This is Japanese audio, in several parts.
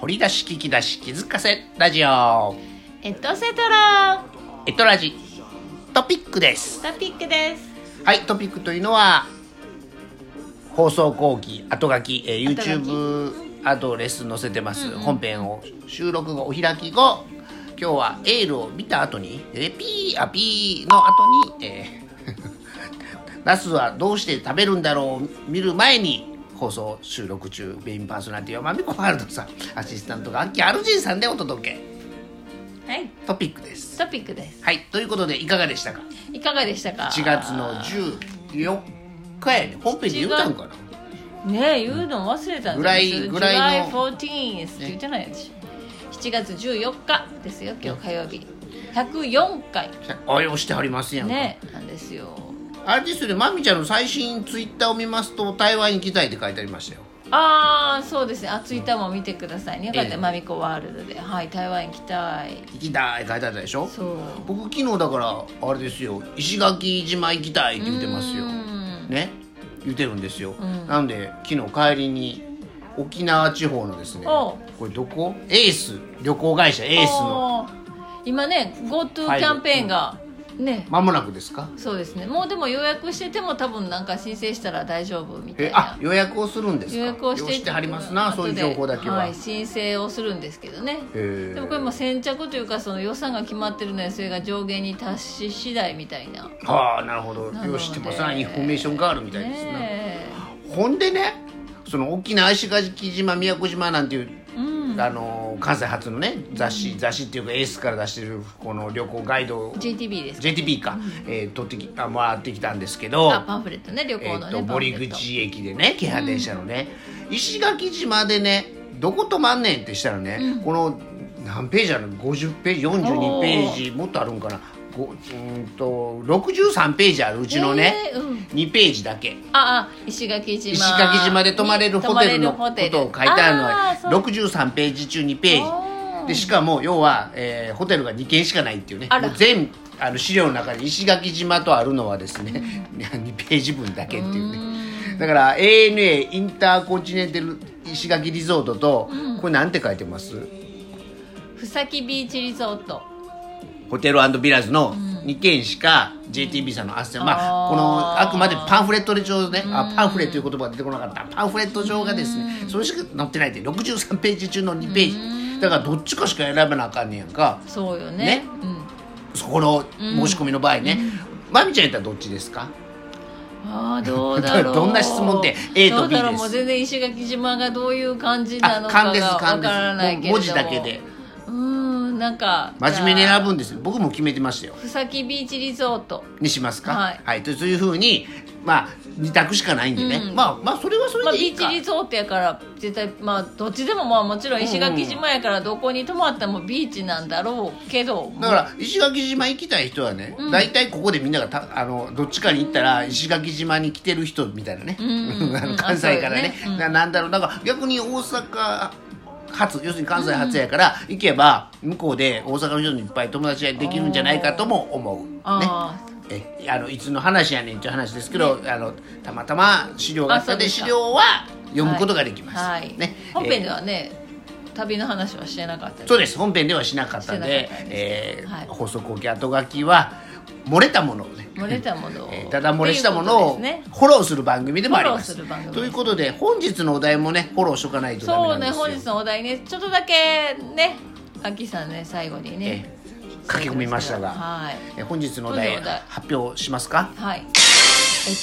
掘り出し聞き出し気づかせラジオエトセトラエトラジトピックですトピックですはいトピックというのは放送後期後書き、えー、後書き YouTube アドレス載せてます、うんうん本編を収録後お開き後今日はエールを見た後にえーピーあピーの後に、えー ナスはどうして食べるんだろう見る前に放送収録中メインパーソナリティはまみこワールドさんアシスタントがアッキーアルジンさんでお届けはいトピックですトピックですはいということでいかがでしたかいかがでしたか1月の14日やね本編で言ったんかなねえ言うの忘れたんぐらいぐらいの July 14th って言ってないでしょ7月14日ですよ今日火曜日104回あれをしてはりますやんか、ねなんですよあれですよねまみちゃんの最新ツイッターを見ますと台湾行きたいって書いてありましたよああそうですねあツイッターも見てくださいねよかったええらマミコワールドではい台湾行きたい行きたいって書いてあったでしょそう僕昨日だからあれですよ石垣島行きたいって言ってますようんね言ってるんですよ、んなんで昨日帰りに沖縄地方のですねおこれどこエース旅行会社エースのおー今ね GoTo キャンペーンがね間もなくですかそうですねもうでも予約してても多分なんか申請したら大丈夫みたいえなあ予約をするんですか予約をしてよしてはりますなそういう情報だけは、い、申請をするんですけどねへえでもこれも先着というかその予算が決まってるのでそれが上限に達し次第みたいなはあなるほどよう知ってますななのでインフォメーションガールみたいですねねほんでねその大きな石垣島宮古島なんていう、えうんあの関西初のね雑誌、雑誌っていうかエースから出してるこの旅行ガイドを JTB ですか JTB か、えー取ってきあもらってきたんですけあど、パンフレットね旅え行のー、ね、とパンフレ堀ット口駅でね京阪電車のね、石垣島でねどこ泊まんねんってしたらね、この何ページあるの50ページ42ページもっとあるんかなごうーんと63ページあるうちのね、えーうん2ページだけ。ああ石垣島石垣島で泊まれるホテルの泊こまれるホテルとを書いてあーるそうのは63ページ中2ペーおジーでしかも要は、えーホテルが2軒しかないっていうねあらもう全あの資料の中で石垣島とあるのはですね2ページ分だけっていうねだから ANA インターコンチネンタル石垣リゾートと、これなんて書いてますふさきビーチリゾートホテルビラーズの2軒しか JTB さんのあっせん、まあ、あーこのあくまでパンフレットで上ね、あパンフレという言葉が出てこなかったパンフレット上がですね、それしか載ってないって63ページ中の2ページだからどっちかしか選べなあかんねやんかそうよねねうん、そこの申し込みの場合ね、まみちゃんやったらどっちですかああどうだろうどんな質問って A と B どうだろうですもう全然石垣島がどういう感じなあのか勘ですがわか勘でらないけすれども文字だけでうーんなんか真面目に選ぶぶんですよ僕も決めてましたよふさきビーチリゾートにしますかはいとそういうふうにまあ2択しかないんでね、うんまあまあそれはそまれあ、でいいビーか、チリゾートやから絶対まあどっちでもまあもちろん石垣島やからどこに泊まってもビーチなんだろうけど、だから石垣島行きたい人はね、ん大体ここでみんながたあのどっちかに行ったら石垣島に来てる人みたいなね、んうんうんあの 関西からねあそうよねうんななんだろうだから逆に大阪発要するに関西発やから、行けば向こうで大阪の人にいっぱい友達ができるんじゃないかとも思うねあえあのいつの話やねんっていう話ですけど、あのたまたま資料があったんであそうです資か料は読むことができあます、はい、ね本編でえーはね、旅の話はしてなかったそうです本編ではしなかったんでしてなかったえーはい放送後期後書きは漏れたものをね漏れたものを、えーただ漏れしたものをっていうことですねフォローする番組でもあります。フォローする番組ということで本日のお題もねフォローしとかないとダメそなうんでねすよ。本日のお題ねちょっとだけねアキさんね最後にね、えー書き込みましたが、はいえー本日のお題本日のお題発表しますか。はいエ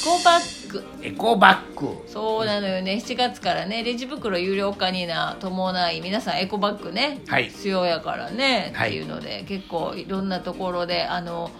コバッグエコバッグ。そうなのよね7月からねレジ袋有料化にな伴い皆さんエコバッグね、はい必要やからね、はいっていうので結構いろんなところであの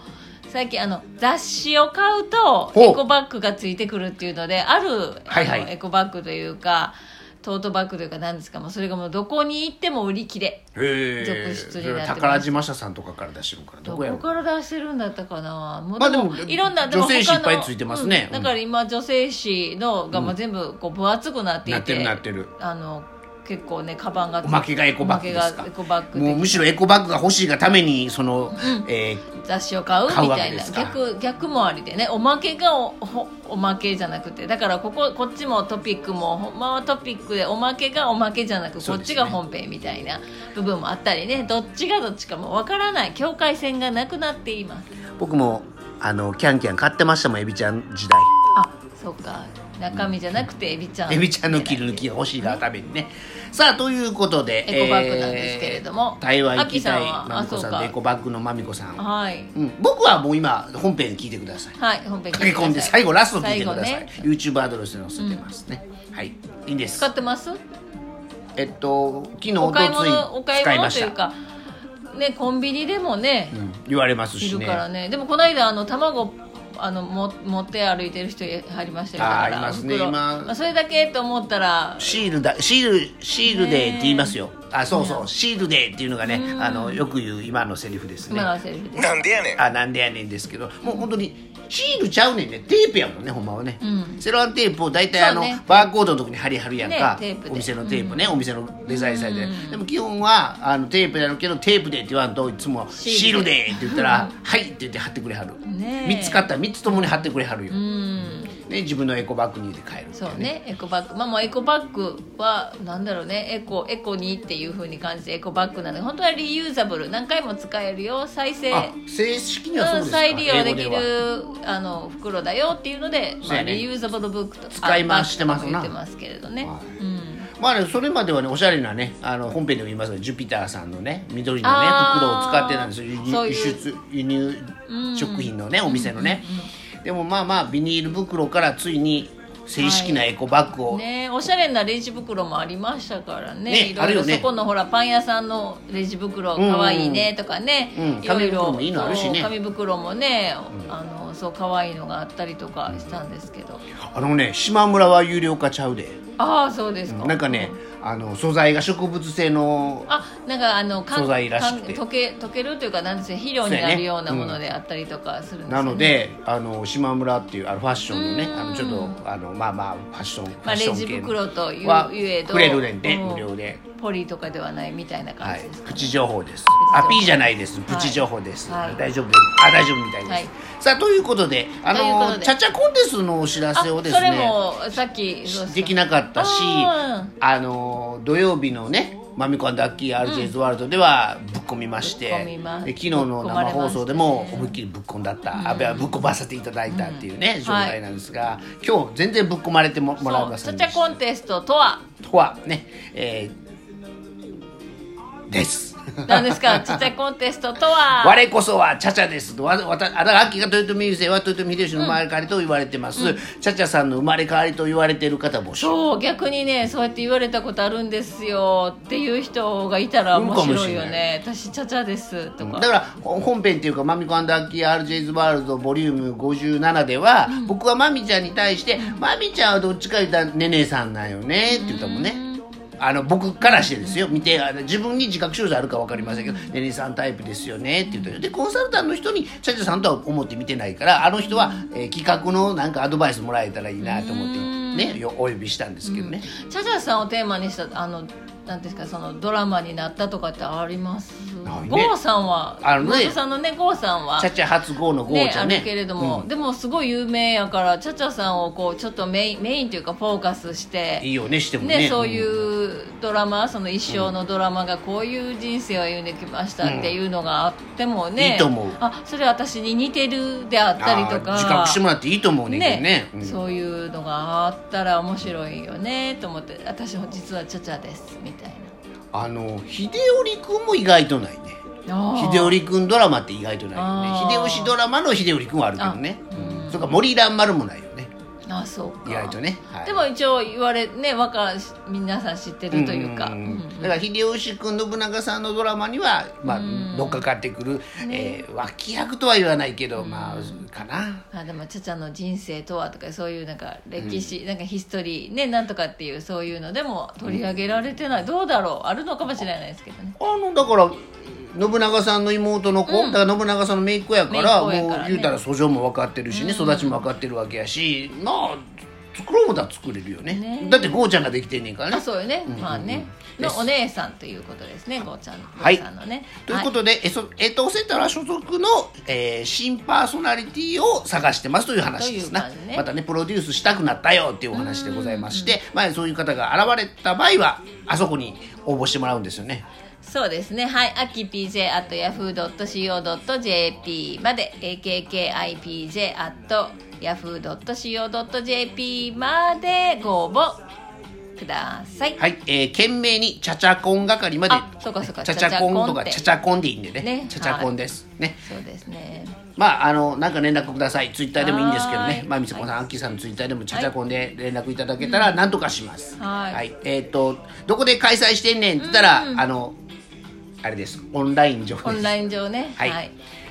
最近あの雑誌を買うとほうエコバッグがついてくるっていうのである、はいはいあのエコバッグというかトートバッグというか何ですかもうそれがもうどこに行っても売り切れへえ。続そ出になっれはてます宝島社さんとかから出してるからどどこやろこう。から出してるんだったかなもうまあでもでもいろんなでも女性誌他いっのぱいついてますねうんだから今女性誌のがもう全部こう分厚くなってないて、ってるなってる。あの結構ねカバンがおまけがエコバッグですおまけかがエコバッグもうでむしろエコバッグが欲しいがためにその、えー雑誌を買うみ買うわたけいでなすか逆逆もありでねおまけがおほおまけじゃなくてだからこここっちもトピックもほんまはトピックでおまけがおまけじゃなく、そこうっですねちが本編みたいな部分もあったりねどっちがどっちかもわからない境界線がなくなっています僕もあのキャンキャン買ってましたもんエビちゃん時代あそうか中身じゃなくてエビちゃんエビちゃんの切り抜きが欲しいがためにねさあということでエコバッグなんですけれどもえー台湾行きたいアキさんはあまみこさんそうとかエコバッグのまみこさんはいうん、僕はもう今本編聞いてくださいはい本編聞いて駆けくださ込んで最後ラスト聞いてくださ最い、後ね YouTube アドレスに載せてますね、はいいいんです使ってますえっと昨日おおとつ買いい物お買い使いま物しとたいうかねコンビニでもね、うん、言われますいしるねからねでもこの間あの卵あのも持って歩いてる人入りましたよあーだからいますね袋今まあ、それだけと思ったらシールだシールシールデーって言いますよ、あそうそう、ねシールデーっていうのがねあのよく言う今のセリフですね今のセリフです、なんでやねんあなんでやねんですけどもう本当にシールちゃうねんねテープやもんねほんまはね、うんセロハンテープを大体あの、そうねバーコードのとこに貼り貼るやんか、ねテープでお店のテープね、お店のデザインされて、でも基本はあのテープやるけどテープでって言わんといつも「シシーールルでで」って言ったら「はい」って言って貼ってくれはる、ねえ3つ買ったら3つともに貼ってくれはるよ、うんね、自分のエコバッグに入れて帰るっていそうねエコバッグまあもうエコバッグはなんだろうねエコエコにっていう風に感じてエコバッグなので本当はリユーザブル何回も使えるよ再生あ正式にはそううでんすか、再利用でき英る語はあの袋だよっていうので、そうまあ、やねリユーザブルブックと使い回してますなあバッグとかも言ってますけれどね、はうんまあね、それまではねおしゃれなねあの本編でも言いますがジュピターさんのね緑のねあー袋を使ってたんですよ輸入そういう輸出輸入食品のねお店のね、でもまあまあビニール袋からついに正式なエコバッグを、ね、おしゃれなレジ袋もありましたからねねいあろるいよろねそこのほらパン屋さんのレジ袋かわいいねとかね、うんいろ紙いろ袋もいいのあるしねそう紙袋もね、あのそうかわいいのがあったりとかしたんですけど、あのね島村は有料化ちゃうでああそうですか、なんかねあの素材が植物性のあなんかあのかん素材らしくてかん溶け溶けるというかなんですよ肥料になるようなものであったりとかするんですよね、なのであの島村っていうあのファッションのねうんあのちょっとあのまあまあファッションファまあッション系のレジ袋というはゆえどくれるねんでうん無料でポリとかではないみたいなは感いじです、か、プチ情報です。情報あ、P じゃないです。プチ情報です。はい大丈夫です。あ、大丈夫みたいです。はいさあ、ということで、あというこのとでチャチャコンテストのお知らせをあですそれね、もさっきそうですできなかったし、ああの土曜日のね、マミコダッキー RJ's ワールドではぶっ込みまして、ぶっ込みますで昨日のぶっ込ま生れましたね放送でも思いっきりぶっ込んだった、あべはぶっ込ませていただいたっていうね、状態なんですが、今日全然ぶっ込まれてももらえまそせうんちでゃしコたン。テストとはとはね、えーです。何ですかちっちゃいコンテスト とは我こそはチャチャですわわたあだから秋が豊臣秀吉は豊臣秀吉の生まれ変わりと言われてます、チャチャさんの生まれ変わりと言われている方募集そう逆にねそうやって言われたことあるんですよっていう人がいたらうん面かもしれない白いよね私チャチャですとだか、からほ本編っていうかマミコアッキー RJ's ワールドボリューム57では、僕はマミちゃんに対して「マミちゃんはどっちか言ったらねねさんなんよね」って言ったもんねあの僕からしてですよ見てあの自分に自覚症状あるか分かりませんけど「ねねさんタイプですよね」って言ったよでコンサルタントの人にチャチャさんとは思って見てないからあの人は、えー企画のなんかアドバイスもらえたらいいなと思って、ね、よお呼びしたんですけどね、チャチャさんをテーマにしたあのなんていうんですかそのドラマになったとかってありますないねゴーさんはあのねゴーさんのねゴーさんはチャチャ初号の号ねちゃあんねるけれども、でもすごい有名やからチャチャさんをこうちょっとメインメインというかフォーカスしていいよねしてもねねそういんうドラマその一生のドラマがこういう人生を歩んできましたっていうのがあってもね、うんいいと思うあそれ私に似てるであったりとかあー自覚してもらっていいと思うねんけどねねうんそういうのがあったら面白いよねと思って私も実はチャチャですみたいあの秀織君も意外とないねな秀織君ドラマって意外とないよあーね秀吉ドラマの秀織君はあるけどねあうんそれから森蘭丸もないよねあそうか意外とね、はいでも一応言われね若皆さん知ってるというか、んうんだから秀吉君信長さんのドラマには、まあ、乗っかかってくる、えー脇役とは言わないけど、まあかなあでもチャチャの人生とはとかそういうなんか歴史、なんかヒストリーねなんとかっていうそういうのでも取り上げられてない、どうだろうあるのかもしれないですけどねあのだから信長さんの妹の子、だから信長さんの姪っ子やから姪っ子やからねもう言うたら訴状も分かってるしね、育ちも分かってるわけやしまあ作ろうもだ作れるよねねだってゴーちゃんができてんねんからあねそうよね、まあねでのすお姉さんということですねごーちゃんはいごーちゃんのねというこはとで、えそえっとセンターは所属の、えー新パーソナリティを探してますという話ですなという感じねまたねプロデュースしたくなったよっていうお話でございまして、まあ、そういう方が現れた場合はあそこに応募してもらうんですよねそうですねはいあき PJ at yahoo.co.jp まで AKKIPJ at yahoo.co.jp までご応募ください、はい、えー、懸命にチャチャコン係まであそうかそうかチャチャコンとかチチャャチチャコンでいいんでねねチャチャコンです、ねそうですねまああのなんか連絡くださいツイッターでもいいんですけどはねーいまあみつこさん、あきさんのツイッターでもチャチャコンで連絡いただけたらなんとかします、はいえっ、とどこで開催してんねんって言ったら、あのあれですオンライン上オでンすライン上ねははいい、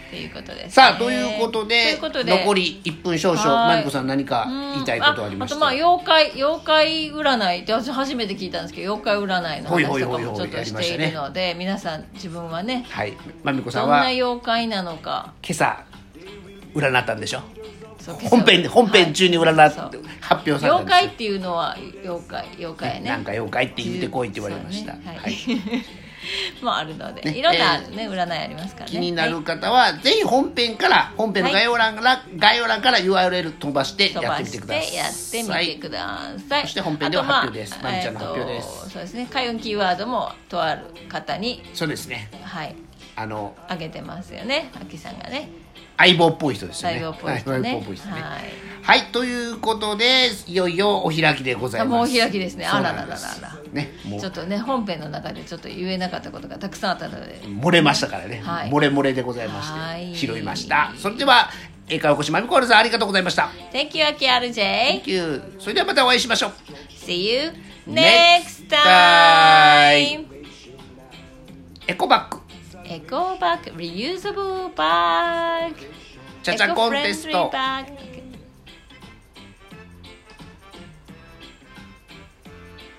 ということですね、さあということでということで残り1分少々はーいまみこさん何か言いたいことありましたああとまあ妖怪妖怪占いって私初めて聞いたんですけど妖怪占いのほいほ話いとほかいもほいちょっとしているので、皆さん自分はねはいまみこさどんんはな今妖怪なのか朝占ったんでしょそう本編で本編中に占はいっそう発表されたんです妖よ怪っていうのは妖怪妖怪やねなんか妖怪って言ってこいって言われました、そうねはい はいまああるので、ねいろんな、ね占いありますからね気になはる方は、ぜひ本編から本編の概要欄から、概要欄から URL 飛ばしていやってみてください飛ばしてやってみてください、そして本編では発表ですあとまみちゃんの発表ですえーとそうですね開運キーワードもとある方にそうですねはいあのあげてますよねあきさんがね相棒っぽい人ですよね相棒っぽい人ねはい相棒っぽいですねはいはいということでいよいよお開きでございますもうお開きですねそうなんですあらららららねもちょっうとね本編の中でちょっと言えなかったことがたくさんあったので漏れましたからね、はい漏れ漏れでございまはしいて拾いましたそれでは英会話講師まみこールさんありがとうございました、 Thank you, AkiRJ Thank you それではまたお会いしましょう See you Next next time. time! エコバッグ Eco bag, reusable bag, チャチャコンテス eco-friendly ト bag.